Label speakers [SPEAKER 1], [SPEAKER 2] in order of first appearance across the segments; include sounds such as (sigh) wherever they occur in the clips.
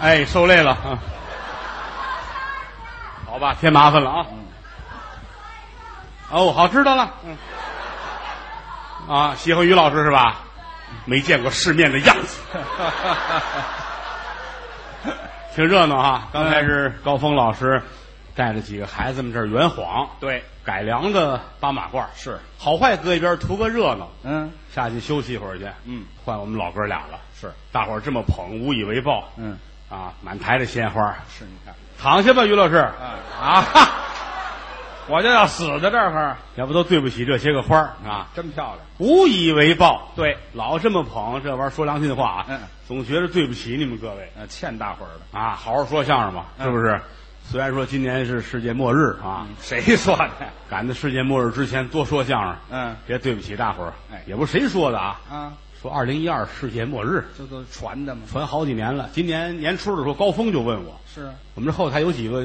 [SPEAKER 1] 哎，受累了啊。好吧，添麻烦了啊。哦，好，知道了。嗯。啊，喜欢于老师是吧？没见过世面的样子，挺热闹啊。刚才是高峰老师带着几个孩子们这儿圆谎，
[SPEAKER 2] 对，
[SPEAKER 1] 改良的八马褂
[SPEAKER 2] 是，
[SPEAKER 1] 好坏搁一边，图个热闹。
[SPEAKER 2] (laughs) 嗯
[SPEAKER 1] 下去休息一会儿去。
[SPEAKER 2] 嗯，
[SPEAKER 1] 换我们老哥俩了。
[SPEAKER 2] 是，
[SPEAKER 1] 大伙儿这么捧，无以为报。
[SPEAKER 2] 嗯，
[SPEAKER 1] 啊，满台的鲜花，
[SPEAKER 2] 是你看，
[SPEAKER 1] 躺下吧，于老师。
[SPEAKER 2] 哎
[SPEAKER 1] 啊，哈
[SPEAKER 2] 我就要死在这儿，
[SPEAKER 1] 要不都对不起这些个花儿啊，
[SPEAKER 2] 真漂亮。
[SPEAKER 1] 无以为报。
[SPEAKER 2] 对，
[SPEAKER 1] 老这么捧，这玩意儿说良心话啊，
[SPEAKER 2] 嗯
[SPEAKER 1] 总觉得对不起你们各位
[SPEAKER 2] 呃，欠大伙儿的。
[SPEAKER 1] 啊。好好说相声吧，
[SPEAKER 2] 嗯
[SPEAKER 1] 是不是？虽然说今年是世界末日啊，
[SPEAKER 2] 谁说的？
[SPEAKER 1] 赶在世界末日之前多说相声，
[SPEAKER 2] 嗯
[SPEAKER 1] 别对不起大伙儿
[SPEAKER 2] 哎。
[SPEAKER 1] 也不是谁说的啊，
[SPEAKER 2] 啊，
[SPEAKER 1] 说二零一二世界末日，
[SPEAKER 2] 这都传的嘛。
[SPEAKER 1] 传好几年了。今年年初的时候，高峰就问我，
[SPEAKER 2] 是啊
[SPEAKER 1] 我们这后台有几个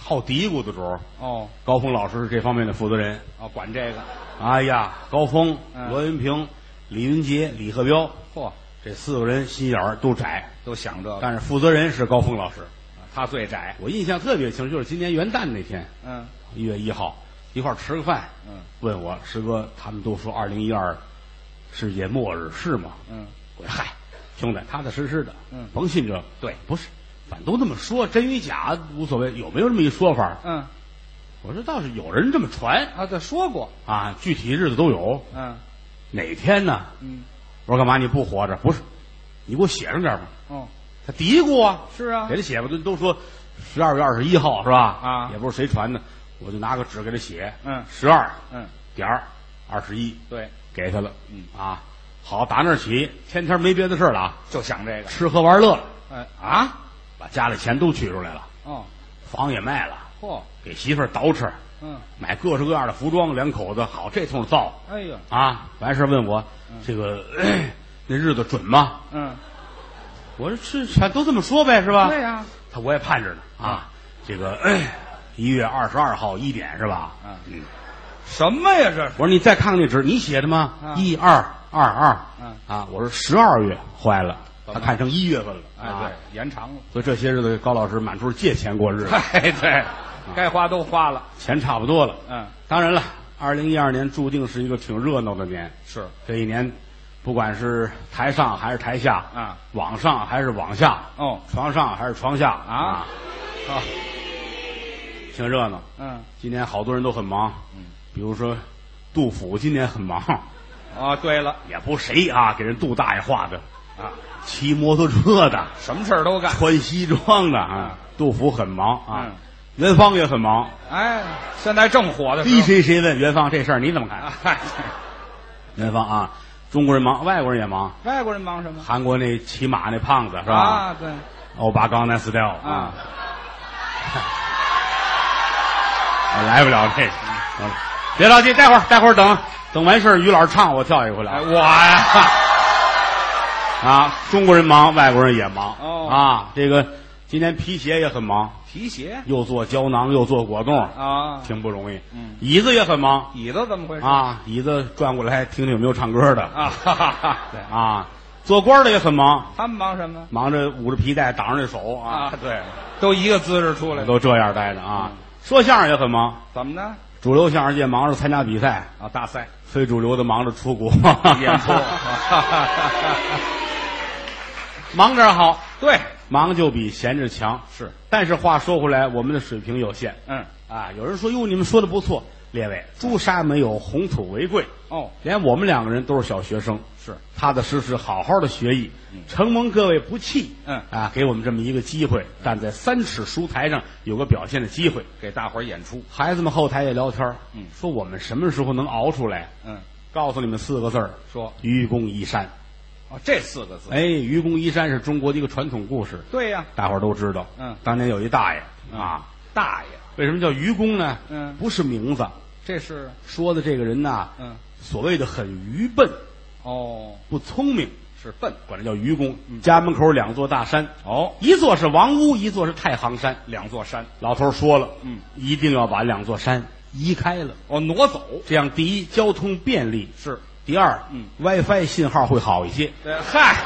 [SPEAKER 1] 好嘀咕的主儿，
[SPEAKER 2] 哦
[SPEAKER 1] 高峰老师是这方面的负责人。
[SPEAKER 2] 哦，管这个。
[SPEAKER 1] 哎呀，高峰、
[SPEAKER 2] 嗯
[SPEAKER 1] 罗云平、李云杰、李鹤彪
[SPEAKER 2] 嚯，
[SPEAKER 1] 这四个人心眼儿都窄，
[SPEAKER 2] 都想这个，
[SPEAKER 1] 但是负责人是高峰老师。
[SPEAKER 2] 他最窄。
[SPEAKER 1] 我印象特别清，就是今年元旦那天，
[SPEAKER 2] 嗯
[SPEAKER 1] 一月一号，一块儿吃个饭，
[SPEAKER 2] 嗯
[SPEAKER 1] 问我师哥，他们都说二零一二世界末日是吗？
[SPEAKER 2] 嗯，
[SPEAKER 1] 我说嗨，兄弟，踏踏实实的，
[SPEAKER 2] 嗯
[SPEAKER 1] 甭信这个。
[SPEAKER 2] 对
[SPEAKER 1] 不是，反都这么说，真与假无所谓，有没有这么一说法？
[SPEAKER 2] 嗯
[SPEAKER 1] 我说倒是有人这么传
[SPEAKER 2] 啊，这说过。
[SPEAKER 1] 啊，具体日子都有，
[SPEAKER 2] 嗯
[SPEAKER 1] 哪天呢？
[SPEAKER 2] 嗯
[SPEAKER 1] 我说干嘛你不活着？不是，你给我写上点吧。
[SPEAKER 2] 哦，
[SPEAKER 1] 他嘀咕啊，
[SPEAKER 2] 是啊
[SPEAKER 1] 给。他写吧，都都说十二月二十一号是吧？
[SPEAKER 2] 啊
[SPEAKER 1] 也不是谁传的，我就拿个纸给他写，
[SPEAKER 2] 嗯
[SPEAKER 1] 十二
[SPEAKER 2] 嗯，
[SPEAKER 1] 点儿二十一
[SPEAKER 2] 对，
[SPEAKER 1] 给他了，
[SPEAKER 2] 嗯
[SPEAKER 1] 啊，好，打那儿起，天天没别的事儿了啊，
[SPEAKER 2] 就想这个。
[SPEAKER 1] 吃喝玩乐了
[SPEAKER 2] 哎
[SPEAKER 1] 啊，把家里钱都取出来了，
[SPEAKER 2] 哦，
[SPEAKER 1] 房也卖了，
[SPEAKER 2] 嚯，
[SPEAKER 1] 给媳妇儿捯饬，
[SPEAKER 2] 嗯，
[SPEAKER 1] 买各式各样的服装，两口子好这通造
[SPEAKER 2] 哎呦，
[SPEAKER 1] 啊，完事儿问我这个 (clears throat) 那日子准吗？
[SPEAKER 2] 嗯，
[SPEAKER 1] 我说是，全都这么说呗，是吧？
[SPEAKER 2] 对呀，
[SPEAKER 1] 他我也盼着呢啊，这个哎一月二十二号一点是吧？
[SPEAKER 2] 嗯什么呀这是？
[SPEAKER 1] 我说你再看看那纸，你写的吗？
[SPEAKER 2] 啊
[SPEAKER 1] 一二二二，
[SPEAKER 2] 嗯
[SPEAKER 1] 啊，我说十二月坏了，
[SPEAKER 2] 怎
[SPEAKER 1] 他
[SPEAKER 2] 么
[SPEAKER 1] 看成一月份了，
[SPEAKER 2] 哎，
[SPEAKER 1] 啊，
[SPEAKER 2] 对，延长了。
[SPEAKER 1] 所以这些日子高老师满处借钱过日子，
[SPEAKER 2] (laughs) 哎， (laughs) 对，该花都花了。
[SPEAKER 1] 钱差不多了。
[SPEAKER 2] 嗯，
[SPEAKER 1] 当然了，二零一二年注定是一个挺热闹的年，
[SPEAKER 2] 是
[SPEAKER 1] 这一年，不管是台上还是台下，
[SPEAKER 2] 啊，
[SPEAKER 1] 网上还是网下，
[SPEAKER 2] 哦
[SPEAKER 1] 床上还是床下
[SPEAKER 2] 啊，啊，
[SPEAKER 1] 挺热闹。
[SPEAKER 2] 嗯，
[SPEAKER 1] 今年好多人都很忙，
[SPEAKER 2] 嗯，
[SPEAKER 1] 比如说杜甫今年很忙，
[SPEAKER 2] 哦，对了
[SPEAKER 1] 也不谁啊，给人杜大爷画的，
[SPEAKER 2] 啊，
[SPEAKER 1] 骑摩托车 (laughs) 的，
[SPEAKER 2] 什么事儿都干。
[SPEAKER 1] 穿西装的啊，杜甫很忙啊
[SPEAKER 2] 嗯，
[SPEAKER 1] 元芳也很忙，
[SPEAKER 2] 哎，现在正火的时
[SPEAKER 1] 逼
[SPEAKER 2] 候。
[SPEAKER 1] 谁谁问元芳这事儿你怎么看？
[SPEAKER 2] 哎，
[SPEAKER 1] 元芳啊，中国人忙，外国人也忙，
[SPEAKER 2] 外国人忙什么？
[SPEAKER 1] 韩国那骑马那胖子是吧？
[SPEAKER 2] 啊，对，
[SPEAKER 1] 欧巴刚那 style (laughs)
[SPEAKER 2] 啊，
[SPEAKER 1] 我哦来不了这个，我别着急，待会儿待会儿等等完事儿，于老师唱我跳一回来
[SPEAKER 2] 哎，。我呀，
[SPEAKER 1] (laughs) 啊，中国人忙，外国人也忙。
[SPEAKER 2] 哦
[SPEAKER 1] 啊，这个今年皮鞋也很忙，
[SPEAKER 2] 皮鞋
[SPEAKER 1] 又做胶囊，又做果冻，
[SPEAKER 2] 啊，
[SPEAKER 1] 挺不容易。
[SPEAKER 2] 嗯，
[SPEAKER 1] 椅子也很忙
[SPEAKER 2] 椅子怎么回事？
[SPEAKER 1] 啊，椅子转过来听听有没有唱歌的
[SPEAKER 2] 啊，哈哈哈对，
[SPEAKER 1] (laughs) 啊。做官的也很忙，
[SPEAKER 2] 他们忙什么？
[SPEAKER 1] 忙着捂着皮带挡着那手
[SPEAKER 2] 啊
[SPEAKER 1] 啊，，
[SPEAKER 2] 对，都一个姿势出来了。
[SPEAKER 1] 都这样待着啊。
[SPEAKER 2] 嗯
[SPEAKER 1] 说相声也很忙，
[SPEAKER 2] 怎么呢？
[SPEAKER 1] 主流相声界忙着参加比赛，
[SPEAKER 2] 啊，大赛
[SPEAKER 1] 非主流的忙着出国
[SPEAKER 2] 演出。
[SPEAKER 1] (laughs) 忙点儿好，
[SPEAKER 2] 对，
[SPEAKER 1] 忙就比闲着强。
[SPEAKER 2] 是，
[SPEAKER 1] 但是话说回来，我们的水平有限
[SPEAKER 2] 嗯，
[SPEAKER 1] 啊。有人说：“哟，你们说的不错，列位，朱砂没有红土为贵。
[SPEAKER 2] 哦，”
[SPEAKER 1] 连我们两个人都是小学生，
[SPEAKER 2] 是
[SPEAKER 1] 踏踏实实好好的学艺，承蒙各位不弃，
[SPEAKER 2] 嗯
[SPEAKER 1] 啊，给我们这么一个机会，站在三尺书台上有个表现的机会。
[SPEAKER 2] 给大伙儿演出。
[SPEAKER 1] 孩子们后台也聊天儿
[SPEAKER 2] 嗯
[SPEAKER 1] 说我们什么时候能熬出来？
[SPEAKER 2] 嗯，
[SPEAKER 1] 告诉你们四个字儿：
[SPEAKER 2] 说
[SPEAKER 1] 愚公移山。
[SPEAKER 2] 哦，这四个字。
[SPEAKER 1] 哎，愚公移山是中国的一个传统故事，
[SPEAKER 2] 对呀，
[SPEAKER 1] 大伙儿都知道。
[SPEAKER 2] 嗯
[SPEAKER 1] 当年有一大爷啊，
[SPEAKER 2] 大爷，
[SPEAKER 1] 为什么叫愚公呢？
[SPEAKER 2] 嗯
[SPEAKER 1] 不是名字，
[SPEAKER 2] 这是
[SPEAKER 1] 说的这个人呐，
[SPEAKER 2] 嗯，
[SPEAKER 1] 所谓的很愚笨，
[SPEAKER 2] 哦，
[SPEAKER 1] 不聪明，
[SPEAKER 2] 是笨。
[SPEAKER 1] 管他叫愚公。
[SPEAKER 2] 嗯
[SPEAKER 1] 家门口两座大山，
[SPEAKER 2] 哦，
[SPEAKER 1] 一座是王屋，一座是太行山。
[SPEAKER 2] 两座山。
[SPEAKER 1] 老头儿说了，
[SPEAKER 2] 嗯，
[SPEAKER 1] 一定要把两座山移开了，
[SPEAKER 2] 哦，挪走。
[SPEAKER 1] 这样第一交通便利，
[SPEAKER 2] 是，
[SPEAKER 1] 第二，
[SPEAKER 2] 嗯
[SPEAKER 1] ，WiFi 信号会好一些。
[SPEAKER 2] 对，嗨，呃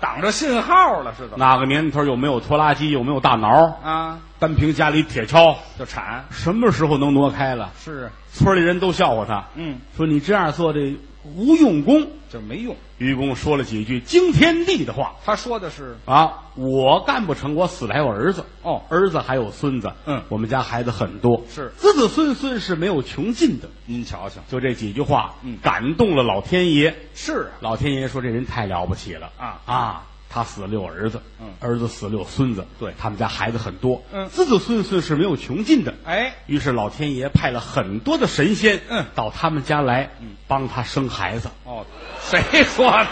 [SPEAKER 2] 挡着信号了似的
[SPEAKER 1] 那个年头又没有拖拉机，又没有大挠，
[SPEAKER 2] 啊，
[SPEAKER 1] 单凭家里铁锹，
[SPEAKER 2] 就铲
[SPEAKER 1] 什么时候能挪开了？
[SPEAKER 2] 是，啊
[SPEAKER 1] 村里人都笑话他，
[SPEAKER 2] 嗯，
[SPEAKER 1] 说你这样做这无用功。
[SPEAKER 2] 就没用。
[SPEAKER 1] 愚公说了几句惊天地的话
[SPEAKER 2] 他说的是
[SPEAKER 1] 啊！我干不成，我死了还有儿子，
[SPEAKER 2] 哦，
[SPEAKER 1] 儿子还有孙子，
[SPEAKER 2] 嗯
[SPEAKER 1] 我们家孩子很多，
[SPEAKER 2] 是
[SPEAKER 1] 子子孙孙是没有穷尽的。
[SPEAKER 2] 您瞧瞧，
[SPEAKER 1] 就这几句话，
[SPEAKER 2] 嗯
[SPEAKER 1] 感动了老天爷。
[SPEAKER 2] 是啊，
[SPEAKER 1] 老天爷说这人太了不起了
[SPEAKER 2] 啊
[SPEAKER 1] 啊！他死了六儿子，
[SPEAKER 2] 嗯
[SPEAKER 1] 儿子死了六孙子，
[SPEAKER 2] 对
[SPEAKER 1] 他们家孩子很多，
[SPEAKER 2] 嗯
[SPEAKER 1] 子子孙孙是没有穷尽的。
[SPEAKER 2] 哎，
[SPEAKER 1] 于是老天爷派了很多的神仙，
[SPEAKER 2] 嗯
[SPEAKER 1] 到他们家来，帮他生孩
[SPEAKER 2] (laughs)
[SPEAKER 1] 子。
[SPEAKER 2] 哦，谁说的？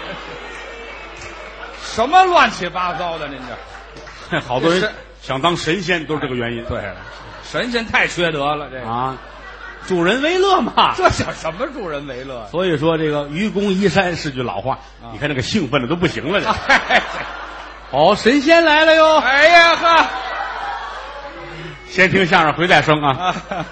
[SPEAKER 2] 什么乱七八糟的？您这
[SPEAKER 1] 好多人
[SPEAKER 2] 是
[SPEAKER 1] 想当神仙都是这个原因。对
[SPEAKER 2] 神仙太缺德了，这个、
[SPEAKER 1] 啊，助人为乐嘛。
[SPEAKER 2] 这叫什么助人为乐呀？
[SPEAKER 1] 所以说这个愚公移山是句老话，
[SPEAKER 2] 啊
[SPEAKER 1] 你看这个兴奋的都不行了。这
[SPEAKER 2] (laughs) 哎
[SPEAKER 1] 哦，神仙来了哟！
[SPEAKER 2] 哎呀呵
[SPEAKER 1] 先听相声回再生啊。
[SPEAKER 2] 啊，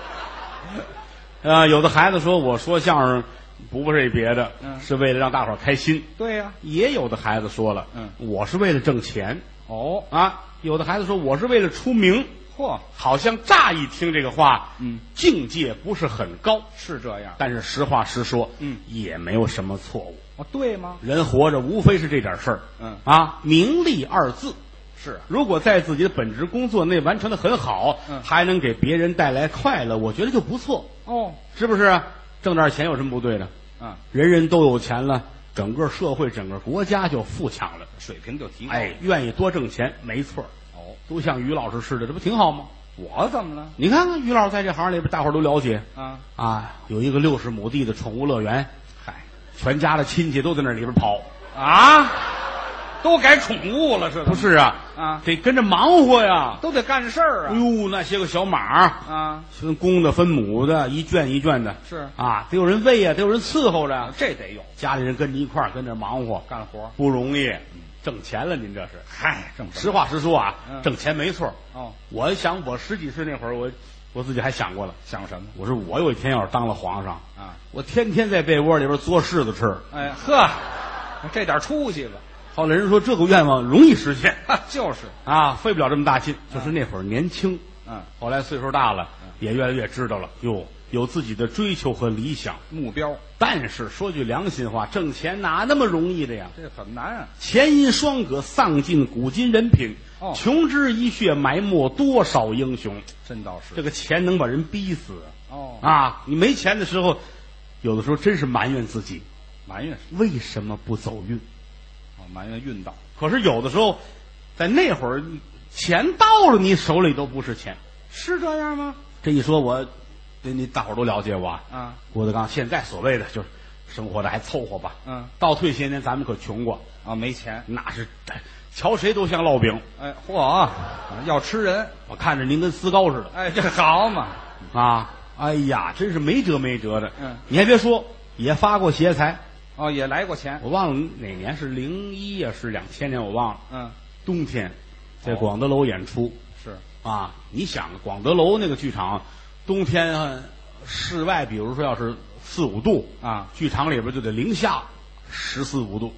[SPEAKER 1] 呃，有的孩子说我说相声不是为别的，
[SPEAKER 2] 嗯
[SPEAKER 1] 是为了让大伙儿开心。
[SPEAKER 2] 对呀、
[SPEAKER 1] 也有的孩子说了，
[SPEAKER 2] 嗯
[SPEAKER 1] 我是为了挣钱
[SPEAKER 2] 哦，
[SPEAKER 1] 啊。有的孩子说我是为了出名，
[SPEAKER 2] 嚯，
[SPEAKER 1] 好像乍一听这个话，
[SPEAKER 2] 嗯，
[SPEAKER 1] 境界不是很高。
[SPEAKER 2] 是这样
[SPEAKER 1] 但是实话实说，
[SPEAKER 2] 嗯
[SPEAKER 1] 也没有什么错误。
[SPEAKER 2] 哦，对吗？
[SPEAKER 1] 人活着无非是这点事儿，
[SPEAKER 2] 嗯
[SPEAKER 1] 啊，名利二字。
[SPEAKER 2] 是啊
[SPEAKER 1] 如果在自己的本职工作内完成的很好，
[SPEAKER 2] 嗯
[SPEAKER 1] 还能给别人带来快乐，我觉得就不错，
[SPEAKER 2] 哦，
[SPEAKER 1] 是不是啊？挣点钱有什么不对的？
[SPEAKER 2] 啊，
[SPEAKER 1] 人人都有钱了，整个社会、整个国家就富强了。
[SPEAKER 2] 水平就提高。
[SPEAKER 1] 哎，，愿意多挣钱，没错儿，
[SPEAKER 2] 哦，
[SPEAKER 1] 都像于老师似的，这不挺好吗？
[SPEAKER 2] 我怎么了？
[SPEAKER 1] 你看看于老师在这行里边，大伙儿都了解
[SPEAKER 2] 啊，
[SPEAKER 1] 啊，有一个六十亩地的宠物乐园，
[SPEAKER 2] 嗨，
[SPEAKER 1] 全家的亲戚都在那里边跑。
[SPEAKER 2] 啊，都改宠物了是
[SPEAKER 1] 不
[SPEAKER 2] 不是？
[SPEAKER 1] 是啊，
[SPEAKER 2] 啊
[SPEAKER 1] 得跟着忙活呀。
[SPEAKER 2] 都得干事儿
[SPEAKER 1] 哎
[SPEAKER 2] 啊。
[SPEAKER 1] 呦，那些个小马，
[SPEAKER 2] 啊，
[SPEAKER 1] 分公的分母的，一圈一圈的，
[SPEAKER 2] 是
[SPEAKER 1] 啊，得有人喂呀，得有人伺候着，
[SPEAKER 2] 这得有
[SPEAKER 1] 家里人跟着一块儿跟着忙活，
[SPEAKER 2] 干活。
[SPEAKER 1] 不容易，挣钱了，您这是。
[SPEAKER 2] 嗨，正
[SPEAKER 1] 实话实说啊，
[SPEAKER 2] 嗯
[SPEAKER 1] 挣钱没错儿。
[SPEAKER 2] 哦，
[SPEAKER 1] 我想我十几岁那会儿，我我自己还想过了，
[SPEAKER 2] 想什么
[SPEAKER 1] 我说我有一天要是当了皇上，
[SPEAKER 2] 啊？
[SPEAKER 1] 我天天在被窝里边嘬柿子吃。
[SPEAKER 2] 哎呵，这点出息吧，
[SPEAKER 1] 后来人说这个愿望容易实现
[SPEAKER 2] 哈就是，
[SPEAKER 1] 啊，费不了这么大劲，就是那会儿年轻。
[SPEAKER 2] 嗯，
[SPEAKER 1] 后来岁数大了，也越来越知道了，哟，有自己的追求和理想。
[SPEAKER 2] 目标
[SPEAKER 1] 但是说句良心话，挣钱哪那么容易的呀？
[SPEAKER 2] 这很难啊。
[SPEAKER 1] 前因双葛，丧尽古今人品，
[SPEAKER 2] 哦
[SPEAKER 1] 穷之一血，埋没多少英雄。
[SPEAKER 2] 真倒是
[SPEAKER 1] 这个钱能把人逼死
[SPEAKER 2] 哦，
[SPEAKER 1] 啊！你没钱的时候，有的时候真是埋怨自己
[SPEAKER 2] 埋怨是
[SPEAKER 1] 为什么不走运。
[SPEAKER 2] 哦，埋怨运道
[SPEAKER 1] 可是有的时候，在那会儿，钱到了你手里都不是钱。
[SPEAKER 2] 是这样吗？
[SPEAKER 1] 这一说我，对你大伙儿都了解我啊。
[SPEAKER 2] 啊，
[SPEAKER 1] 郭德纲现在所谓的就是生活的还凑合吧。
[SPEAKER 2] 嗯，
[SPEAKER 1] 倒退些年咱们可穷过，
[SPEAKER 2] 啊，没钱，
[SPEAKER 1] 那是哎瞧谁都像烙饼。
[SPEAKER 2] 哎，嚯啊，要吃人，
[SPEAKER 1] 我看着您跟丝糕似的
[SPEAKER 2] 哎，这好嘛，
[SPEAKER 1] 啊！哎呀，真是没辙没辙的。
[SPEAKER 2] 嗯，
[SPEAKER 1] 你还别说，也发过邪财，
[SPEAKER 2] 哦，也来过钱，
[SPEAKER 1] 我忘了哪年是零一呀，是两千年，我忘了。
[SPEAKER 2] 嗯，
[SPEAKER 1] 冬天，在
[SPEAKER 2] 哦
[SPEAKER 1] 广德楼演出、
[SPEAKER 2] 是，
[SPEAKER 1] 啊！你想广德楼那个剧场，冬天呃室外，比如说要是四五度
[SPEAKER 2] 啊
[SPEAKER 1] 剧场里边就得零下十四五度，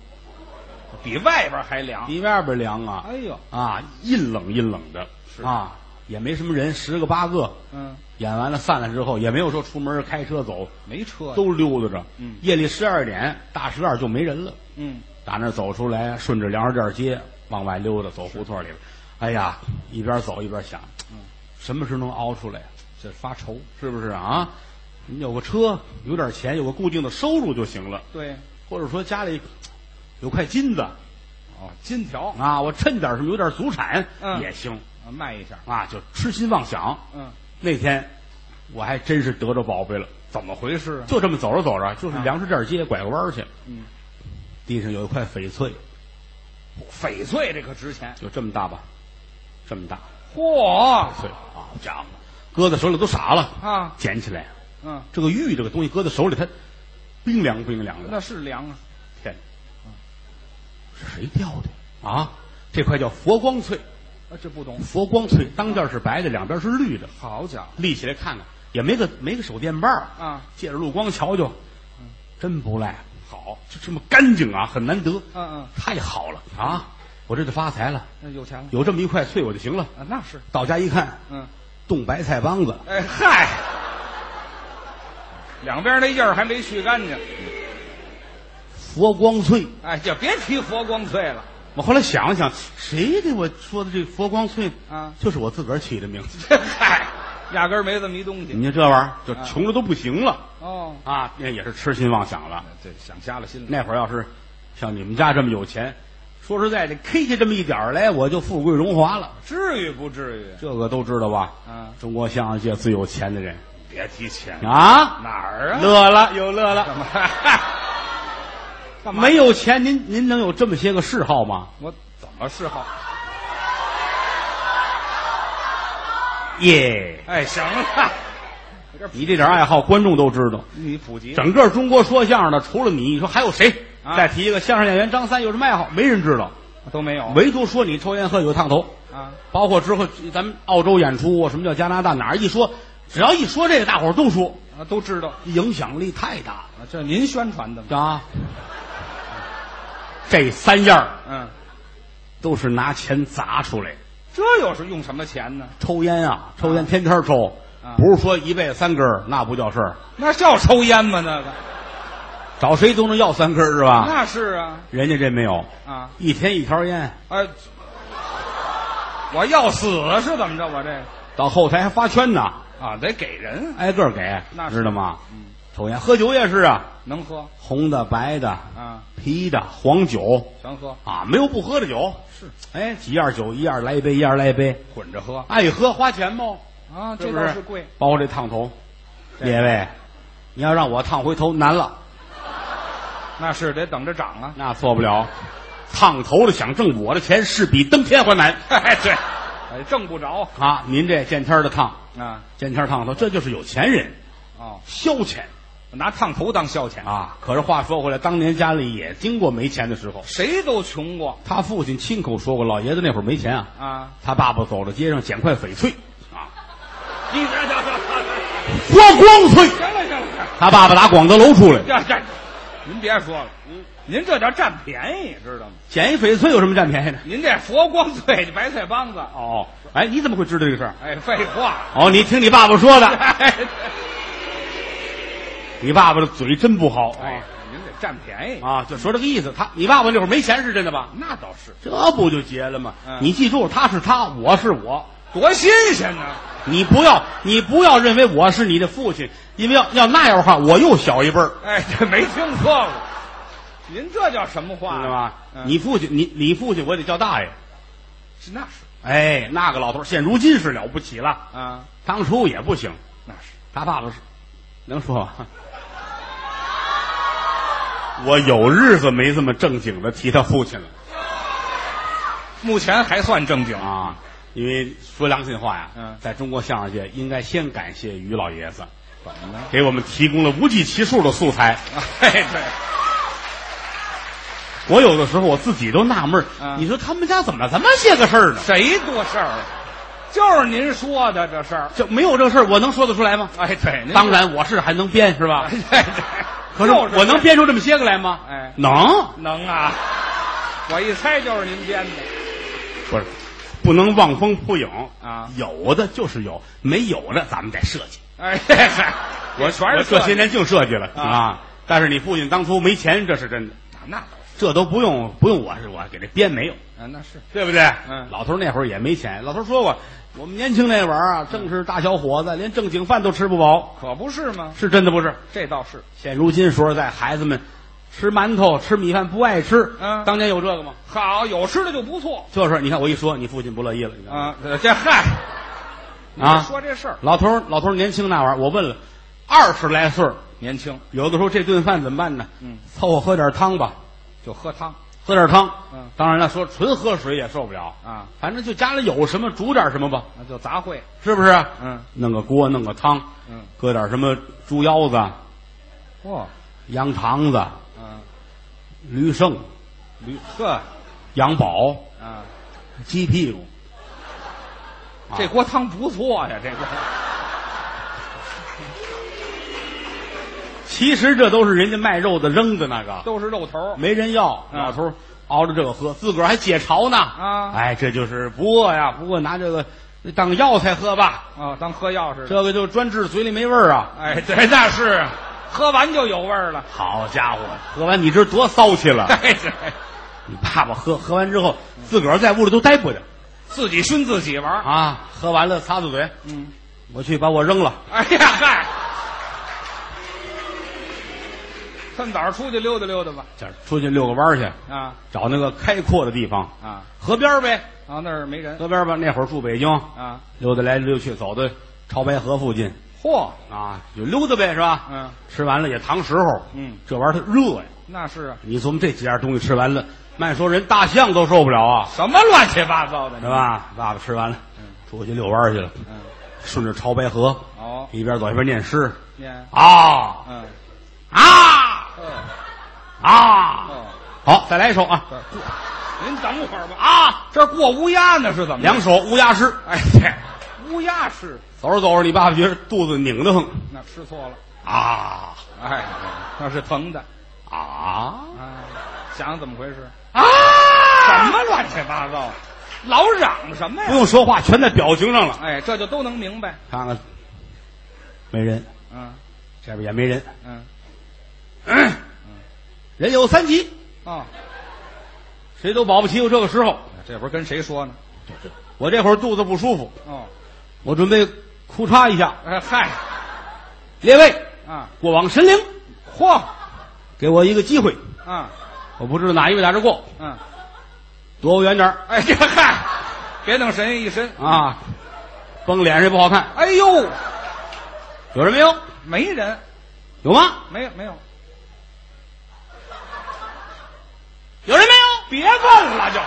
[SPEAKER 2] 比外边还凉。
[SPEAKER 1] 比外边凉啊！
[SPEAKER 2] 哎呦，
[SPEAKER 1] 啊，阴冷阴冷的，
[SPEAKER 2] 是
[SPEAKER 1] 啊，也没什么人，十个八个，
[SPEAKER 2] 嗯，
[SPEAKER 1] 演完了散了之后，也没有说出门开车走，
[SPEAKER 2] 没车，
[SPEAKER 1] 都溜达着。
[SPEAKER 2] 嗯
[SPEAKER 1] 夜里十二点，大石栏就没人了，
[SPEAKER 2] 嗯，
[SPEAKER 1] 打那儿走出来，顺着粮食店街往外溜达，走胡同里边，哎呀，一边走一边想，
[SPEAKER 2] 嗯，
[SPEAKER 1] 什么时候能熬出来？
[SPEAKER 2] 这发愁。
[SPEAKER 1] 是不是啊？你有个车，有点钱，有个固定的收入就行了，
[SPEAKER 2] 对，
[SPEAKER 1] 或者说家里有块金子
[SPEAKER 2] 哦，金条
[SPEAKER 1] 啊，我趁点什么，有点祖产、
[SPEAKER 2] 嗯
[SPEAKER 1] 也行。
[SPEAKER 2] 啊卖一下，
[SPEAKER 1] 啊，就痴心妄想。
[SPEAKER 2] 嗯，
[SPEAKER 1] 那天我还真是得着宝贝了，
[SPEAKER 2] 怎么回事啊？
[SPEAKER 1] 就这么走着走着，就是
[SPEAKER 2] 啊
[SPEAKER 1] 粮食店街拐个弯儿去，
[SPEAKER 2] 嗯，
[SPEAKER 1] 地上有一块翡翠，
[SPEAKER 2] 翡翠这可值钱。
[SPEAKER 1] 就这么大吧，这么大
[SPEAKER 2] 嚯
[SPEAKER 1] 翡翠啊，好家伙，搁在手里都傻了，
[SPEAKER 2] 啊，
[SPEAKER 1] 捡起来
[SPEAKER 2] 嗯，
[SPEAKER 1] 这个玉这个东西搁在手里，它冰凉冰凉的，
[SPEAKER 2] 那是凉啊。
[SPEAKER 1] 天哪，是谁掉的啊？这块叫佛光翠，
[SPEAKER 2] 啊，这不懂。
[SPEAKER 1] 佛光翠当间是白的，两边是绿的，
[SPEAKER 2] 好家
[SPEAKER 1] 立起来看看，也没个没个手电棒儿
[SPEAKER 2] 伙啊，
[SPEAKER 1] 借着路光瞧瞧，真不赖，好，这这么干净啊，很难得，
[SPEAKER 2] 嗯
[SPEAKER 1] 太好了啊！我这就发财了，
[SPEAKER 2] 嗯，有钱了
[SPEAKER 1] 有这么一块碎我就行了。
[SPEAKER 2] 啊，那是，
[SPEAKER 1] 到家一看，
[SPEAKER 2] 嗯，
[SPEAKER 1] 冻白菜帮子，
[SPEAKER 2] 哎嗨，两边那印儿还没去干净，
[SPEAKER 1] 佛光脆。
[SPEAKER 2] 哎，就别提佛光翠了
[SPEAKER 1] 我后来想了想，谁给我说的这佛光脆？
[SPEAKER 2] 啊，
[SPEAKER 1] 就是我自个儿起的名字。
[SPEAKER 2] 这 (laughs) 嗨，嗯压根儿没这么一东西
[SPEAKER 1] 你看这玩意儿，就穷的都不行了
[SPEAKER 2] 哦，
[SPEAKER 1] 啊！那也是痴心妄想了。
[SPEAKER 2] 这想瞎了心了，
[SPEAKER 1] 那会儿要是像你们家这么有钱，说实在的，K 下这么一点儿来，我就富贵荣华了。
[SPEAKER 2] 至于不至于
[SPEAKER 1] 这个都知道吧？
[SPEAKER 2] 啊？
[SPEAKER 1] 中国相声界最有钱的人
[SPEAKER 2] 别提钱了，
[SPEAKER 1] 啊，
[SPEAKER 2] 哪儿啊？
[SPEAKER 1] 乐了又乐
[SPEAKER 2] (laughs)
[SPEAKER 1] 了。
[SPEAKER 2] 干嘛？干嘛？
[SPEAKER 1] 没有钱，您您能有这么些个嗜好吗？
[SPEAKER 2] 我怎么嗜好？
[SPEAKER 1] 耶、
[SPEAKER 2] 哎，行了，我这
[SPEAKER 1] 你这点爱好，观众都知道。
[SPEAKER 2] 你普及
[SPEAKER 1] 整个中国说相声的，除了你，你说还有谁？
[SPEAKER 2] 啊
[SPEAKER 1] 再提一个相声演员张三有什么爱好？没人知道，
[SPEAKER 2] 都没有
[SPEAKER 1] 唯独说你抽烟喝酒烫头。
[SPEAKER 2] 啊？
[SPEAKER 1] 包括之后咱们澳洲演出啊，什么叫加拿大哪儿一说，只要一说这个，大伙儿都说，
[SPEAKER 2] 啊，都知道
[SPEAKER 1] 影响力太大
[SPEAKER 2] 啊，这您宣传的吗？
[SPEAKER 1] 了啊。这三样儿
[SPEAKER 2] 嗯，
[SPEAKER 1] 都是拿钱砸出来的。
[SPEAKER 2] 这又是用什么钱呢？
[SPEAKER 1] 抽烟啊，抽烟天天抽，
[SPEAKER 2] 啊
[SPEAKER 1] 不是说一辈子三根儿，那不叫事儿。
[SPEAKER 2] 那叫抽烟吗？那个、
[SPEAKER 1] 找谁都能要三根儿是吧？
[SPEAKER 2] 那是啊
[SPEAKER 1] 人家这没有，
[SPEAKER 2] 啊
[SPEAKER 1] 一天一条烟，
[SPEAKER 2] 哎，我要死是怎么着？我这个
[SPEAKER 1] 到后台还发圈呢，
[SPEAKER 2] 啊得给人，
[SPEAKER 1] 挨个儿给
[SPEAKER 2] 那，是
[SPEAKER 1] 知道吗？
[SPEAKER 2] 嗯，
[SPEAKER 1] 抽烟喝酒也是啊，
[SPEAKER 2] 能喝
[SPEAKER 1] 红的、白的、
[SPEAKER 2] 啊，
[SPEAKER 1] 啤的、黄酒
[SPEAKER 2] 全喝
[SPEAKER 1] 啊，没有不喝的酒。
[SPEAKER 2] 是
[SPEAKER 1] 哎，几样酒，一样来一杯，一样来一杯，
[SPEAKER 2] 混着喝
[SPEAKER 1] 爱喝花钱吗？
[SPEAKER 2] 啊，
[SPEAKER 1] 是
[SPEAKER 2] 这
[SPEAKER 1] 不
[SPEAKER 2] 倒是贵，
[SPEAKER 1] 包括这烫头，列位，你要让我烫回头难了，
[SPEAKER 2] 那是得等着涨啊。
[SPEAKER 1] 那做不了。烫头的想挣我的钱是比登天还难。
[SPEAKER 2] (laughs) 哎，对，哎，挣不着
[SPEAKER 1] 啊，您这见天儿的烫，
[SPEAKER 2] 啊，
[SPEAKER 1] 见天儿烫头，这就是有钱人
[SPEAKER 2] 哦，
[SPEAKER 1] 消遣
[SPEAKER 2] 拿烫头当消遣，
[SPEAKER 1] 啊。可是话说回来，当年家里也经过没钱的时候，
[SPEAKER 2] 谁都穷过
[SPEAKER 1] 他父亲亲口说过，老爷子那会儿没钱啊，
[SPEAKER 2] 啊。
[SPEAKER 1] 他爸爸走到街上捡块翡翠啊，
[SPEAKER 2] 你这这 (laughs) 这，
[SPEAKER 1] 光光翠，
[SPEAKER 2] 行了行了行了。
[SPEAKER 1] 他爸爸打广德楼出来，
[SPEAKER 2] 这这，您别说了，您这叫占便宜，知道吗？
[SPEAKER 1] 捡一翡翠有什么占便宜的？
[SPEAKER 2] 您这佛光嘴的白菜帮子，
[SPEAKER 1] 哦，哎，你怎么会知道这个事儿？
[SPEAKER 2] 哎，废话，
[SPEAKER 1] 哦，你听你爸爸说的，
[SPEAKER 2] (laughs) 哎，
[SPEAKER 1] 你爸爸的嘴真不好，
[SPEAKER 2] 哎，您得占便宜，
[SPEAKER 1] 啊，就说这个意思。他，你爸爸那会儿没钱是真的吧？
[SPEAKER 2] 那倒是，
[SPEAKER 1] 这不就结了吗？
[SPEAKER 2] 嗯
[SPEAKER 1] 你记住，他是他，我是我，
[SPEAKER 2] 多新鲜呢！
[SPEAKER 1] 你不要，你不要认为我是你的父亲，因为要要那样的话，我又小一辈儿，
[SPEAKER 2] 哎，这没听说过，您这叫什么话
[SPEAKER 1] 知道
[SPEAKER 2] 呀？
[SPEAKER 1] 吗？
[SPEAKER 2] 嗯
[SPEAKER 1] 你父亲，你你父亲，我得叫大爷。
[SPEAKER 2] 是那是
[SPEAKER 1] 哎，那个老头儿现如今是了不起了，
[SPEAKER 2] 啊，
[SPEAKER 1] 当初也不行。
[SPEAKER 2] 那是
[SPEAKER 1] 他爸爸是，能说吗？ (laughs) 我有日子没这么正经的提他父亲了
[SPEAKER 2] 目前还算正经啊。
[SPEAKER 1] 啊，因为说良心话呀，
[SPEAKER 2] 嗯
[SPEAKER 1] 在中国相声界应该先感谢于老爷子，
[SPEAKER 2] 怎么呢？
[SPEAKER 1] 给我们提供了无计其数的素材。
[SPEAKER 2] (laughs) 哎，对，
[SPEAKER 1] (laughs) 我有的时候我自己都纳闷儿，
[SPEAKER 2] 嗯
[SPEAKER 1] 你说他们家怎么这么些个事儿呢？
[SPEAKER 2] 谁多事儿啊？就是您说的这事儿。
[SPEAKER 1] 就没有这事儿，我能说得出来吗？
[SPEAKER 2] 哎，对，您
[SPEAKER 1] 当，然我是还能编是 (laughs) 吧
[SPEAKER 2] 哎？对对，
[SPEAKER 1] 可是
[SPEAKER 2] 就
[SPEAKER 1] 我能编出这么些个来吗？
[SPEAKER 2] 哎
[SPEAKER 1] 能，
[SPEAKER 2] 能啊！我一猜就是您编的
[SPEAKER 1] 不是，不能望风扑影
[SPEAKER 2] 啊
[SPEAKER 1] 有的就是有，没有的咱们得设计。
[SPEAKER 2] 哎， (laughs) 嗨我全
[SPEAKER 1] 我
[SPEAKER 2] 是
[SPEAKER 1] 这些
[SPEAKER 2] 您
[SPEAKER 1] 年净设计了
[SPEAKER 2] 啊
[SPEAKER 1] 啊！但是你父亲当初没钱，这是真的，
[SPEAKER 2] 那倒是，
[SPEAKER 1] 这都不用不用我是我给这编没有，
[SPEAKER 2] 啊，那是
[SPEAKER 1] 对不对？
[SPEAKER 2] 嗯
[SPEAKER 1] 老头儿那会儿也没钱，老头儿说过，我们年轻那会儿啊，正是大小伙子，连正经饭都吃不饱，
[SPEAKER 2] 可不是吗？
[SPEAKER 1] 是真的不是？
[SPEAKER 2] 这倒是，
[SPEAKER 1] 现如今说实在，孩子们吃馒头、吃米饭不爱吃。
[SPEAKER 2] 嗯
[SPEAKER 1] 当年有这个吗？
[SPEAKER 2] 好有吃的就不错
[SPEAKER 1] 就是你看我一说，你父亲不乐意了。你知道吗
[SPEAKER 2] 啊。这嗨，
[SPEAKER 1] 啊
[SPEAKER 2] 你说这事儿
[SPEAKER 1] 老头儿老头儿年轻那玩意儿，我问了，二十来岁儿，
[SPEAKER 2] 年轻
[SPEAKER 1] 有的时候这顿饭怎么办呢？
[SPEAKER 2] 嗯，
[SPEAKER 1] 凑合喝点汤吧，
[SPEAKER 2] 就喝汤
[SPEAKER 1] 喝点汤。
[SPEAKER 2] 嗯，
[SPEAKER 1] 当然了，说纯喝水也受不了，
[SPEAKER 2] 啊，
[SPEAKER 1] 反正就家里有什么煮点什么吧，
[SPEAKER 2] 那就杂烩，
[SPEAKER 1] 是不是？
[SPEAKER 2] 嗯
[SPEAKER 1] 弄个锅，弄个汤，
[SPEAKER 2] 嗯，
[SPEAKER 1] 搁点什么猪腰子、
[SPEAKER 2] 嚯，
[SPEAKER 1] 羊肠子、
[SPEAKER 2] 嗯，
[SPEAKER 1] 驴剩、
[SPEAKER 2] 驴呵
[SPEAKER 1] 羊宝、
[SPEAKER 2] 啊，
[SPEAKER 1] 鸡屁股。啊
[SPEAKER 2] 这锅汤不错呀，这锅
[SPEAKER 1] 其实这都是人家卖肉的扔的那个，
[SPEAKER 2] 都是肉头儿
[SPEAKER 1] 没人要。
[SPEAKER 2] 嗯
[SPEAKER 1] 老头儿熬着这个喝，自个儿还解馋呢。
[SPEAKER 2] 啊
[SPEAKER 1] 哎，这就是不饿呀，不过拿这个当药材喝吧，
[SPEAKER 2] 啊，当喝药似的。
[SPEAKER 1] 这个就专治嘴里没味儿啊。
[SPEAKER 2] 哎，对，
[SPEAKER 1] 哎，那是啊。
[SPEAKER 2] 喝完就有味儿了。
[SPEAKER 1] 好家伙，喝完你这多骚气了！
[SPEAKER 2] (laughs) 哎，对，
[SPEAKER 1] 你爸爸喝喝完之后，自个儿在屋里都待不得
[SPEAKER 2] 自己熏自己玩儿。
[SPEAKER 1] 啊，喝完了擦擦嘴，
[SPEAKER 2] 嗯，
[SPEAKER 1] 我去把我扔了。
[SPEAKER 2] 哎呀嗨，趁早上出去溜达溜达吧。
[SPEAKER 1] 这儿出去遛个弯儿去，
[SPEAKER 2] 啊
[SPEAKER 1] 找那个开阔的地方，
[SPEAKER 2] 啊，
[SPEAKER 1] 河边儿呗，
[SPEAKER 2] 啊那儿没人
[SPEAKER 1] 河边儿吧。那会儿住北京，
[SPEAKER 2] 啊。
[SPEAKER 1] 溜达来溜去，走到潮白河附近
[SPEAKER 2] 嚯，
[SPEAKER 1] 啊，就溜达呗，是吧？
[SPEAKER 2] 嗯
[SPEAKER 1] 吃完了也糖时候，
[SPEAKER 2] 嗯，
[SPEAKER 1] 这玩意儿它热呀。
[SPEAKER 2] 那是啊，
[SPEAKER 1] 你琢磨这几样东西吃完了，慢说人大象都受不了啊，
[SPEAKER 2] 什么乱七八糟的？
[SPEAKER 1] 是？吧？爸爸吃完了，出去遛弯儿去了，
[SPEAKER 2] 嗯，
[SPEAKER 1] 顺着潮白河
[SPEAKER 2] 哦，
[SPEAKER 1] 一边走一边念诗
[SPEAKER 2] 念，
[SPEAKER 1] 啊
[SPEAKER 2] 嗯，
[SPEAKER 1] 啊
[SPEAKER 2] 哦
[SPEAKER 1] 啊！
[SPEAKER 2] 哦，
[SPEAKER 1] 好，再来一首啊
[SPEAKER 2] 这过，您等会儿吧。
[SPEAKER 1] 啊！
[SPEAKER 2] 这儿过乌鸦呢是怎么着？
[SPEAKER 1] 两首乌鸦诗。
[SPEAKER 2] 哎这乌鸦是
[SPEAKER 1] 走着走着，你爸爸觉得肚子拧得慌
[SPEAKER 2] 那吃错了，
[SPEAKER 1] 啊
[SPEAKER 2] 哎，那是疼的。
[SPEAKER 1] 啊
[SPEAKER 2] 哎，想怎么回事？
[SPEAKER 1] 啊！
[SPEAKER 2] 什么乱七八糟？老嚷什么
[SPEAKER 1] 不
[SPEAKER 2] 呀？
[SPEAKER 1] 用说话，全在表情上了。
[SPEAKER 2] 哎，这就都能明白。
[SPEAKER 1] 看看，没人，
[SPEAKER 2] 嗯
[SPEAKER 1] 这边也没人。
[SPEAKER 2] 嗯
[SPEAKER 1] 嗯，人有三急，
[SPEAKER 2] 哦，
[SPEAKER 1] 谁都保不齐有这个时候。
[SPEAKER 2] 这会儿跟谁说呢？
[SPEAKER 1] 我这会儿肚子不舒服，
[SPEAKER 2] 哦，
[SPEAKER 1] 我准备哭嚓一下。
[SPEAKER 2] 哎嗨
[SPEAKER 1] 列位，
[SPEAKER 2] 啊，
[SPEAKER 1] 过往神灵，
[SPEAKER 2] 嚯
[SPEAKER 1] 给我一个机会。
[SPEAKER 2] 啊
[SPEAKER 1] 我不知道哪一位打这过，
[SPEAKER 2] 嗯，
[SPEAKER 1] 躲我远点儿
[SPEAKER 2] 哎这嗨，别弄神一身。
[SPEAKER 1] 啊！崩脸上也不好看。
[SPEAKER 2] 哎呦，
[SPEAKER 1] 有人没有？
[SPEAKER 2] 没人，
[SPEAKER 1] 有吗？
[SPEAKER 2] 没有没有，
[SPEAKER 1] 有人没
[SPEAKER 2] 别问了就，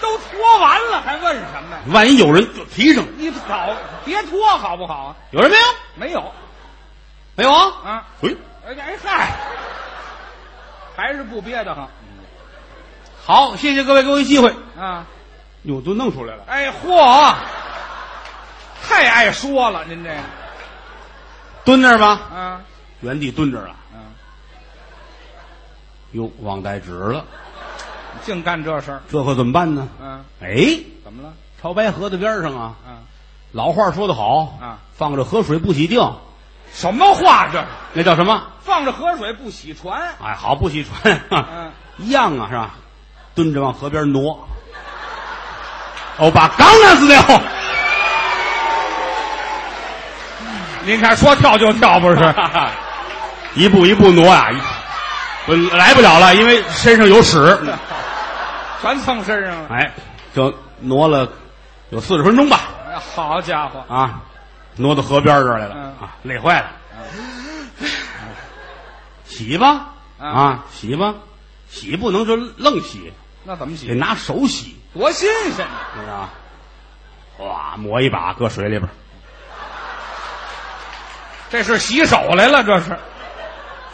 [SPEAKER 2] 都拖完了还问什么呀？
[SPEAKER 1] 有？万一有人就提上。
[SPEAKER 2] 你早别拖好不好啊？
[SPEAKER 1] 有人没有？
[SPEAKER 2] 没有
[SPEAKER 1] 没有啊？
[SPEAKER 2] 啊，
[SPEAKER 1] 喂，
[SPEAKER 2] 哎哎嗨，还是不憋得慌
[SPEAKER 1] 好，谢谢各位给我一机会。
[SPEAKER 2] 啊。
[SPEAKER 1] 哟，都弄出来了。
[SPEAKER 2] 哎嚯，太爱说了，您这个
[SPEAKER 1] 蹲那儿吧，
[SPEAKER 2] 啊
[SPEAKER 1] 原地蹲着啊。
[SPEAKER 2] 啊，
[SPEAKER 1] 哟，忘带纸了，
[SPEAKER 2] 你净干这事儿，
[SPEAKER 1] 这可怎么办呢？
[SPEAKER 2] 嗯、啊，
[SPEAKER 1] 哎，
[SPEAKER 2] 怎么了？
[SPEAKER 1] 潮白河的边上啊，
[SPEAKER 2] 啊，
[SPEAKER 1] 老话说得好
[SPEAKER 2] 啊，
[SPEAKER 1] 放着河水不洗腚，
[SPEAKER 2] 什么话这是？
[SPEAKER 1] 那叫什么？
[SPEAKER 2] 放着河水不洗船，
[SPEAKER 1] 哎，好不洗船， (laughs)
[SPEAKER 2] 嗯、
[SPEAKER 1] 一样啊，是吧？蹲着往河边挪。哦，把缸拿死掉。
[SPEAKER 2] 您看说跳就跳不
[SPEAKER 1] 不是， (laughs) 一步一步挪呀、我来不了了，因为身上有屎。
[SPEAKER 2] (laughs) 全蹭身上了。
[SPEAKER 1] 哎，这挪了有四十分钟吧，
[SPEAKER 2] 哎好家伙，
[SPEAKER 1] 啊，挪到河边这儿来了，
[SPEAKER 2] 嗯
[SPEAKER 1] 啊，累坏了，洗吧，
[SPEAKER 2] 嗯
[SPEAKER 1] 啊，洗吧，洗不能就愣洗，
[SPEAKER 2] 那怎
[SPEAKER 1] 得
[SPEAKER 2] 么洗？
[SPEAKER 1] 拿手洗，
[SPEAKER 2] 多新鲜呢！
[SPEAKER 1] 知道吧？哇，抹一把搁水里边儿，
[SPEAKER 2] 这是洗手来了，这是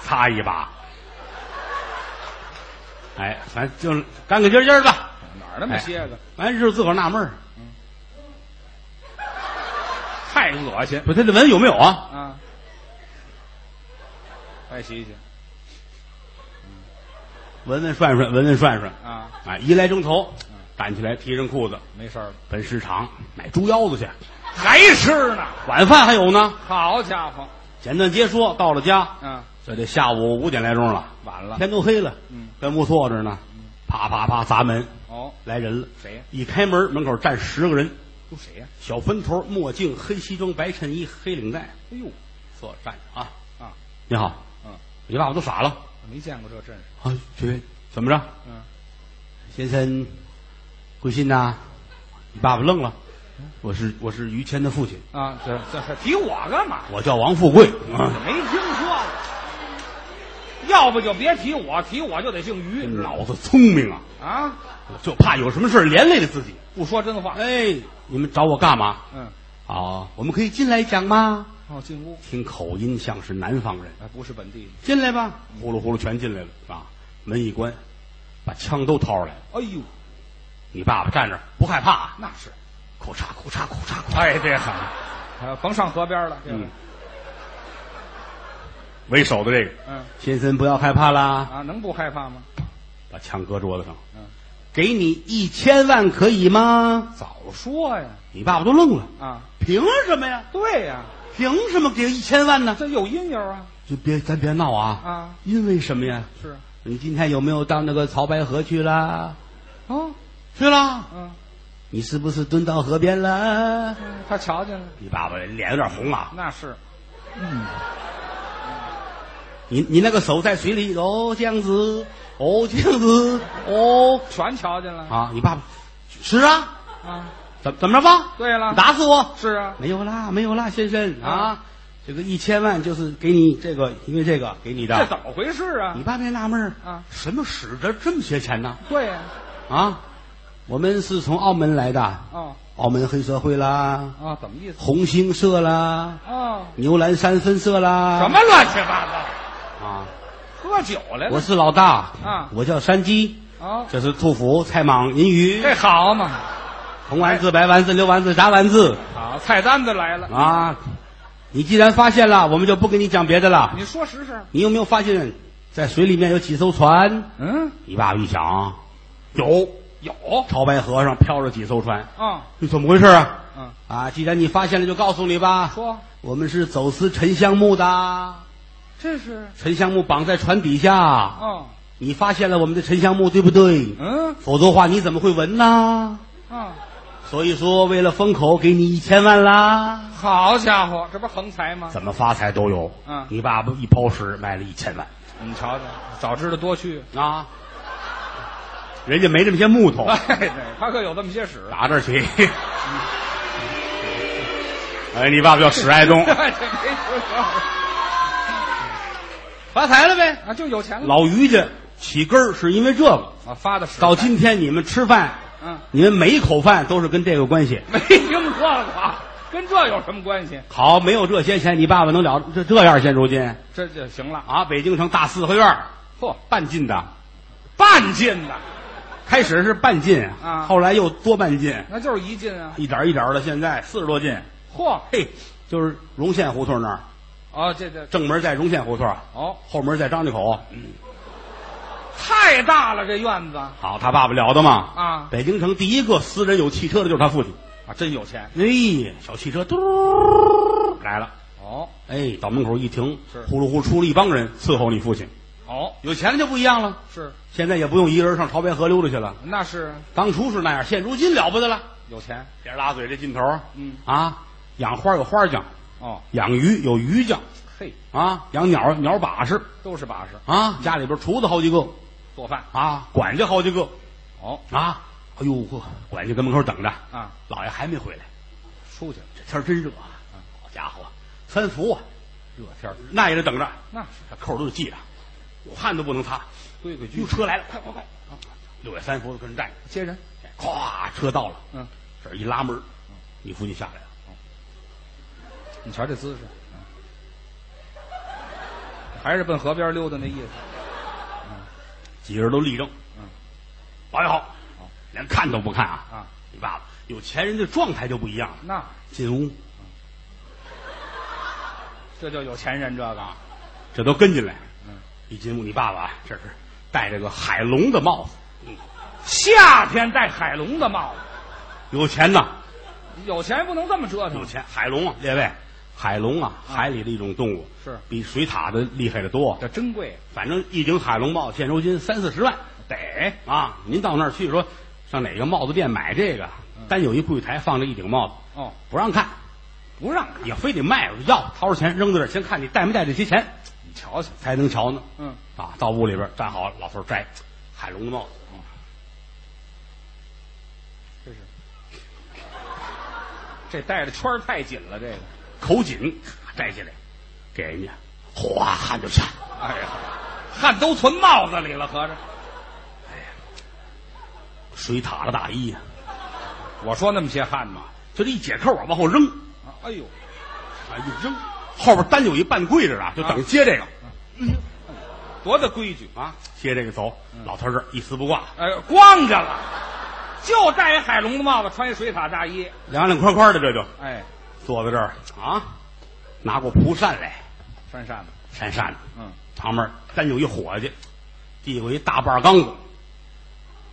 [SPEAKER 1] 擦一把，哎，反正就是干干净净儿吧。
[SPEAKER 2] 哪儿那么些个？
[SPEAKER 1] 完事儿自个儿纳闷儿，
[SPEAKER 2] 太恶心
[SPEAKER 1] 不，他这闻有没有啊？
[SPEAKER 2] 啊！再洗洗
[SPEAKER 1] 闻闻涮涮，闻闻涮涮，
[SPEAKER 2] 啊，
[SPEAKER 1] 哎，一来钟头，
[SPEAKER 2] 嗯
[SPEAKER 1] 站起来提上裤子，
[SPEAKER 2] 没事儿了，
[SPEAKER 1] 奔市场买猪腰子去。
[SPEAKER 2] 还吃呢？
[SPEAKER 1] 晚饭还有呢。
[SPEAKER 2] 好家伙，
[SPEAKER 1] 简短截说，到了家，
[SPEAKER 2] 啊，
[SPEAKER 1] 这得下午五点来钟了，
[SPEAKER 2] 晚了。
[SPEAKER 1] 天都黑了，
[SPEAKER 2] 嗯，
[SPEAKER 1] 跟屋坐着呢，啪啪啪砸门，
[SPEAKER 2] 哦，
[SPEAKER 1] 来人了。
[SPEAKER 2] 谁呀？
[SPEAKER 1] 一开门，门口站十个人，
[SPEAKER 2] 都谁呀？
[SPEAKER 1] 小分头，墨镜，黑西装，白衬衣，黑领带，
[SPEAKER 2] 哎呦，
[SPEAKER 1] 坐着站着啊。
[SPEAKER 2] 啊，
[SPEAKER 1] 你好，
[SPEAKER 2] 嗯，
[SPEAKER 1] 你爸爸都傻了
[SPEAKER 2] 我没见过这阵势。
[SPEAKER 1] 啊！学员怎么着？
[SPEAKER 2] 嗯，
[SPEAKER 1] 先生，贵姓呐？你爸爸愣了，
[SPEAKER 2] 嗯
[SPEAKER 1] 我是我是于谦的父亲，
[SPEAKER 2] 啊，这这这提我干嘛？
[SPEAKER 1] 我叫王富贵啊。
[SPEAKER 2] 没听说过。要不就别提我，提我就得姓于，知道吗
[SPEAKER 1] 脑子聪明啊，
[SPEAKER 2] 啊！
[SPEAKER 1] 我就怕有什么事儿连累了自己。
[SPEAKER 2] 不说真话。
[SPEAKER 1] 哎，你们找我干嘛？
[SPEAKER 2] 嗯，
[SPEAKER 1] 啊，我们可以进来讲吗？
[SPEAKER 2] 哦，进屋，
[SPEAKER 1] 听口音像是南方人，
[SPEAKER 2] 哎，不是本地人。
[SPEAKER 1] 进来吧。呼噜呼噜全进来了啊！门一关，把枪都掏出来了。
[SPEAKER 2] 哎呦，
[SPEAKER 1] 你爸爸站这儿不害怕啊？
[SPEAKER 2] 那是，
[SPEAKER 1] 库嚓库嚓库嚓库嚓！
[SPEAKER 2] 呃哎，这好，甭上河边了，这个
[SPEAKER 1] 嗯为首的这个，
[SPEAKER 2] 嗯
[SPEAKER 1] 先生不要害怕啦，
[SPEAKER 2] 啊，能不害怕吗？
[SPEAKER 1] 把枪搁桌子上，
[SPEAKER 2] 嗯，
[SPEAKER 1] 给你一千万可以吗？
[SPEAKER 2] 早说呀！
[SPEAKER 1] 你爸爸都愣了，
[SPEAKER 2] 啊，
[SPEAKER 1] 凭什么呀？
[SPEAKER 2] 对呀、
[SPEAKER 1] 凭什么给一千万呢？
[SPEAKER 2] 这有因由啊
[SPEAKER 1] 就别咱别闹啊！
[SPEAKER 2] 啊，
[SPEAKER 1] 因为什么呀？
[SPEAKER 2] 是
[SPEAKER 1] 你今天有没有到那个潮白河去啦？
[SPEAKER 2] 哦，
[SPEAKER 1] 去啦！
[SPEAKER 2] 嗯，
[SPEAKER 1] 你是不是蹲到河边了？
[SPEAKER 2] 嗯他瞧见了，
[SPEAKER 1] 你爸爸脸有点红啊！
[SPEAKER 2] 那是
[SPEAKER 1] 你你那个手在水里哦，这样子，哦这样子，哦
[SPEAKER 2] 全瞧见了
[SPEAKER 1] 啊！你爸爸是啊，
[SPEAKER 2] 啊。
[SPEAKER 1] 怎怎么着吧？
[SPEAKER 2] 对了
[SPEAKER 1] 你，打死我！
[SPEAKER 2] 是啊，
[SPEAKER 1] 没有啦，没有啦，先生啊
[SPEAKER 2] 啊，
[SPEAKER 1] 这个一千万就是给你这个，因为这个给你
[SPEAKER 2] 这
[SPEAKER 1] 的。
[SPEAKER 2] 怎么回事啊
[SPEAKER 1] 你？爸别纳闷儿
[SPEAKER 2] 啊
[SPEAKER 1] 什么使得这么些钱呢？
[SPEAKER 2] 对呀、
[SPEAKER 1] 啊，我们是从澳门来的，
[SPEAKER 2] 哦
[SPEAKER 1] 澳门黑社会啦，
[SPEAKER 2] 啊，怎么意思？
[SPEAKER 1] 红星社啦，
[SPEAKER 2] 哦，
[SPEAKER 1] 牛栏山分社啦。
[SPEAKER 2] 什么乱七八糟？
[SPEAKER 1] 啊？
[SPEAKER 2] 喝酒来
[SPEAKER 1] 我
[SPEAKER 2] 了
[SPEAKER 1] 是老大
[SPEAKER 2] 啊
[SPEAKER 1] 我叫山鸡，
[SPEAKER 2] 啊？
[SPEAKER 1] 这是兔脯、菜蟒、银鱼、
[SPEAKER 2] 这好嘛？
[SPEAKER 1] 红丸子、白丸子、溜丸子、炸丸子
[SPEAKER 2] 好，菜单子来了，
[SPEAKER 1] 啊！你既然发现了，我们就不跟你讲别的了。
[SPEAKER 2] 你说实事。
[SPEAKER 1] 你有没有发现，在水里面有几艘船？
[SPEAKER 2] 嗯，
[SPEAKER 1] 你爸爸一想，有
[SPEAKER 2] 有
[SPEAKER 1] 潮白河上飘着几艘船，
[SPEAKER 2] 啊，
[SPEAKER 1] 这怎么回事啊？
[SPEAKER 2] 嗯，
[SPEAKER 1] 啊，既然你发现了，就告诉你吧。
[SPEAKER 2] 说
[SPEAKER 1] 我们是走私沉香木的，
[SPEAKER 2] 这是
[SPEAKER 1] 沉香木绑在船底下。
[SPEAKER 2] 哦，
[SPEAKER 1] 你发现了我们的沉香木，对不对？
[SPEAKER 2] 嗯
[SPEAKER 1] 否则的话，你怎么会闻呢？
[SPEAKER 2] 啊，
[SPEAKER 1] 所以说，为了封口，给你一千万啦。
[SPEAKER 2] 好家伙，这不是横财吗？
[SPEAKER 1] 怎么发财都有。
[SPEAKER 2] 嗯
[SPEAKER 1] 你爸爸一抛石卖了一千万
[SPEAKER 2] 你瞧瞧，早知道多 (laughs) 去。
[SPEAKER 1] 啊，人家没这么些木头，
[SPEAKER 2] 哎，对，他可有这么些屎。
[SPEAKER 1] 打这儿起。 (laughs) 哎，你爸爸叫史爱东，
[SPEAKER 2] (laughs) 这没听说
[SPEAKER 1] 发财了呗。
[SPEAKER 2] 啊，就有钱了
[SPEAKER 1] 老于家起根儿是因为这个，
[SPEAKER 2] 啊，发的屎
[SPEAKER 1] 到今天你们吃饭，
[SPEAKER 2] 嗯，
[SPEAKER 1] 你们每一口饭都是跟这个关系。
[SPEAKER 2] 没听说过，跟这有什么关系？
[SPEAKER 1] 好，没有这些钱，你爸爸能了这这样？现如今
[SPEAKER 2] 这就行了。
[SPEAKER 1] 啊，北京城大四合院儿
[SPEAKER 2] 嚯，
[SPEAKER 1] 半进的，
[SPEAKER 2] 半斤的，
[SPEAKER 1] 开始是半进
[SPEAKER 2] 啊
[SPEAKER 1] 后来又多半进，
[SPEAKER 2] 那就是一斤啊。
[SPEAKER 1] 一点儿一点儿的，现在四十多进。
[SPEAKER 2] 嚯，
[SPEAKER 1] 嘿，就是荣县胡同那儿，
[SPEAKER 2] 啊，这这
[SPEAKER 1] 正门在荣县胡同，
[SPEAKER 2] 哦，
[SPEAKER 1] 后门在张家口。
[SPEAKER 2] 太大了这院子
[SPEAKER 1] 好，他爸爸了得嘛。
[SPEAKER 2] 啊
[SPEAKER 1] 北京城第一个私人有汽车的就是他父亲。
[SPEAKER 2] 啊，真有钱
[SPEAKER 1] 哎，小汽车嘟儿来了，
[SPEAKER 2] 哦
[SPEAKER 1] 哎，到门口一停
[SPEAKER 2] 是，
[SPEAKER 1] 呼噜呼噜出了一帮人伺候你父亲。
[SPEAKER 2] 哦，
[SPEAKER 1] 有钱了就不一样了，
[SPEAKER 2] 是
[SPEAKER 1] 现在也不用一个人上潮白河溜达去了。
[SPEAKER 2] 那是
[SPEAKER 1] 当初是那样，现如今了不得了，
[SPEAKER 2] 有钱
[SPEAKER 1] 别人拉嘴这劲头，
[SPEAKER 2] 嗯
[SPEAKER 1] 啊，养花有花匠，
[SPEAKER 2] 哦，
[SPEAKER 1] 养鱼有鱼匠，
[SPEAKER 2] 嘿，
[SPEAKER 1] 啊，养鸟鸟把式，
[SPEAKER 2] 都是把式
[SPEAKER 1] 啊，家里边厨子好几个，
[SPEAKER 2] 做饭
[SPEAKER 1] 啊，管家好几个，
[SPEAKER 2] 哦
[SPEAKER 1] 啊，哎呦呵，管家跟门口等着，
[SPEAKER 2] 啊，
[SPEAKER 1] 老爷还没回来，
[SPEAKER 2] 出去了
[SPEAKER 1] 这天儿真热啊，好家伙，三伏啊，
[SPEAKER 2] 热天儿
[SPEAKER 1] 那也得等着，
[SPEAKER 2] 那是
[SPEAKER 1] 这扣儿都得系着，有汗都不能擦。
[SPEAKER 2] 规规矩
[SPEAKER 1] 哟，
[SPEAKER 2] 矩，
[SPEAKER 1] 车来了，
[SPEAKER 2] 快快快，啊
[SPEAKER 1] 六月三伏的跟人站着，
[SPEAKER 2] 接人
[SPEAKER 1] 咵，车到了，
[SPEAKER 2] 嗯，
[SPEAKER 1] 这儿一拉门儿，你父亲下来了，
[SPEAKER 2] 你瞧这姿势，嗯还是奔河边溜达那意思
[SPEAKER 1] 几个人都立正，
[SPEAKER 2] 嗯，
[SPEAKER 1] 老爷好，连看都不看啊，
[SPEAKER 2] 啊，
[SPEAKER 1] 你爸爸有钱人的状态就不一样了，
[SPEAKER 2] 那
[SPEAKER 1] 进屋，
[SPEAKER 2] 这叫有钱人这个
[SPEAKER 1] 这都跟进来，
[SPEAKER 2] 嗯，
[SPEAKER 1] 一进屋，你爸爸啊，这是戴着个海龙的帽子，
[SPEAKER 2] 夏天戴海龙的帽子，
[SPEAKER 1] 有钱呐，
[SPEAKER 2] 有钱不能这么折
[SPEAKER 1] 有
[SPEAKER 2] 腾
[SPEAKER 1] 钱，海龙啊，列位，海龙啊，海里的一种动物，
[SPEAKER 2] 是
[SPEAKER 1] 比水獭的厉害的多，
[SPEAKER 2] 这珍贵
[SPEAKER 1] 反正一顶海龙帽，现如今三四十万
[SPEAKER 2] 得
[SPEAKER 1] 啊！您到那儿去说，上哪个帽子店买这个？单有一柜台放着一顶帽子，
[SPEAKER 2] 哦，
[SPEAKER 1] 不让看，
[SPEAKER 2] 不让看，
[SPEAKER 1] 也非得卖，要掏着钱扔在这儿，先看你带没带这些钱，
[SPEAKER 2] 你瞧瞧，
[SPEAKER 1] 才能瞧呢。
[SPEAKER 2] 嗯，
[SPEAKER 1] 啊，到屋里边站好，老头儿摘海龙的帽子，
[SPEAKER 2] 这是这戴的圈儿太紧了，这个，
[SPEAKER 1] 口紧摘下来，给人家，哗汗就下。
[SPEAKER 2] 哎呀，汗都存帽子里了，合着。
[SPEAKER 1] 水獭的大衣呀、
[SPEAKER 2] 我说那么些汗吗？
[SPEAKER 1] 就这一解扣啊，往后扔，
[SPEAKER 2] 啊哎呦，
[SPEAKER 1] 啊一扔，后边单有一半柜着的啊，就等接这个
[SPEAKER 2] 多大规矩！
[SPEAKER 1] 啊，接这个走。老头儿这儿一丝不挂，
[SPEAKER 2] 哎，光着了， (laughs) 就戴一海龙的帽子，穿一水獭大衣，
[SPEAKER 1] 凉凉快快的，这就
[SPEAKER 2] 哎，
[SPEAKER 1] 坐在这儿啊，拿过蒲扇来，
[SPEAKER 2] 扇扇子，
[SPEAKER 1] 扇扇子，
[SPEAKER 2] 嗯，
[SPEAKER 1] 旁边单有一伙计，递过一大半缸子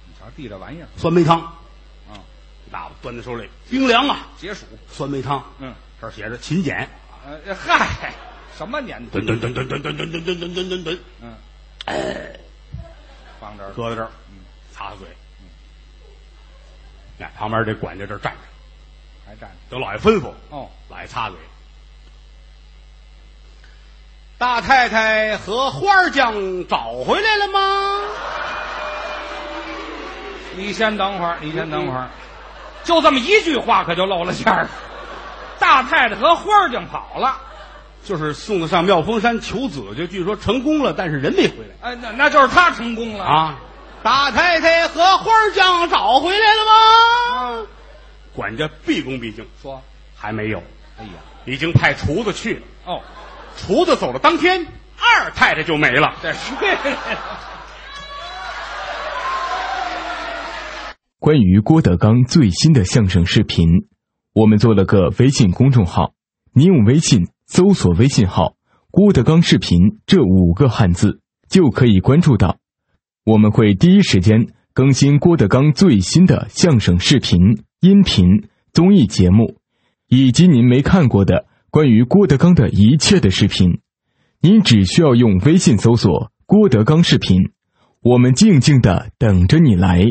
[SPEAKER 2] 你瞧递这玩意儿
[SPEAKER 1] 酸梅汤，
[SPEAKER 2] 啊，
[SPEAKER 1] 大伙端在手里，冰凉啊，
[SPEAKER 2] 解暑，
[SPEAKER 1] 酸梅汤，
[SPEAKER 2] 嗯，
[SPEAKER 1] 这儿写着勤俭，
[SPEAKER 2] 呃，嗨，什么年头？
[SPEAKER 1] 吨吨吨吨吨吨吨吨吨吨吨吨吨，
[SPEAKER 2] 嗯，放这儿，
[SPEAKER 1] 搁在这儿，擦擦嘴。哎，旁边这管家这儿站着，
[SPEAKER 2] 还站着。
[SPEAKER 1] 得老爷吩咐，
[SPEAKER 2] 哦，
[SPEAKER 1] 老爷擦嘴。大太太和花匠找回来了吗？
[SPEAKER 2] 你先等会儿，你先等会儿， (laughs) 就这么一句话，可就露了馅儿了。大太太和花儿竟跑了，
[SPEAKER 1] 就是送他上妙峰山求子去，据说成功了，但是人没回来
[SPEAKER 2] 哎，那那就是他成功了。
[SPEAKER 1] 啊。大太太和花匠找回来了吗？管家毕恭毕敬，
[SPEAKER 2] 说，
[SPEAKER 1] 还没有，
[SPEAKER 2] 哎呀，
[SPEAKER 1] 已经派厨子去了。
[SPEAKER 2] 哦，
[SPEAKER 1] 厨子走了当天，二太太就没了。
[SPEAKER 2] 这是。
[SPEAKER 3] 关于郭德纲最新的相声视频，我们做了个微信公众号，您用微信搜索微信号“郭德纲视频”这五个汉字就可以关注到。我们会第一时间更新郭德纲最新的相声视频、音频、综艺节目，以及您没看过的关于郭德纲的一切的视频。您只需要用微信搜索“郭德纲视频”，我们静静的等着你来。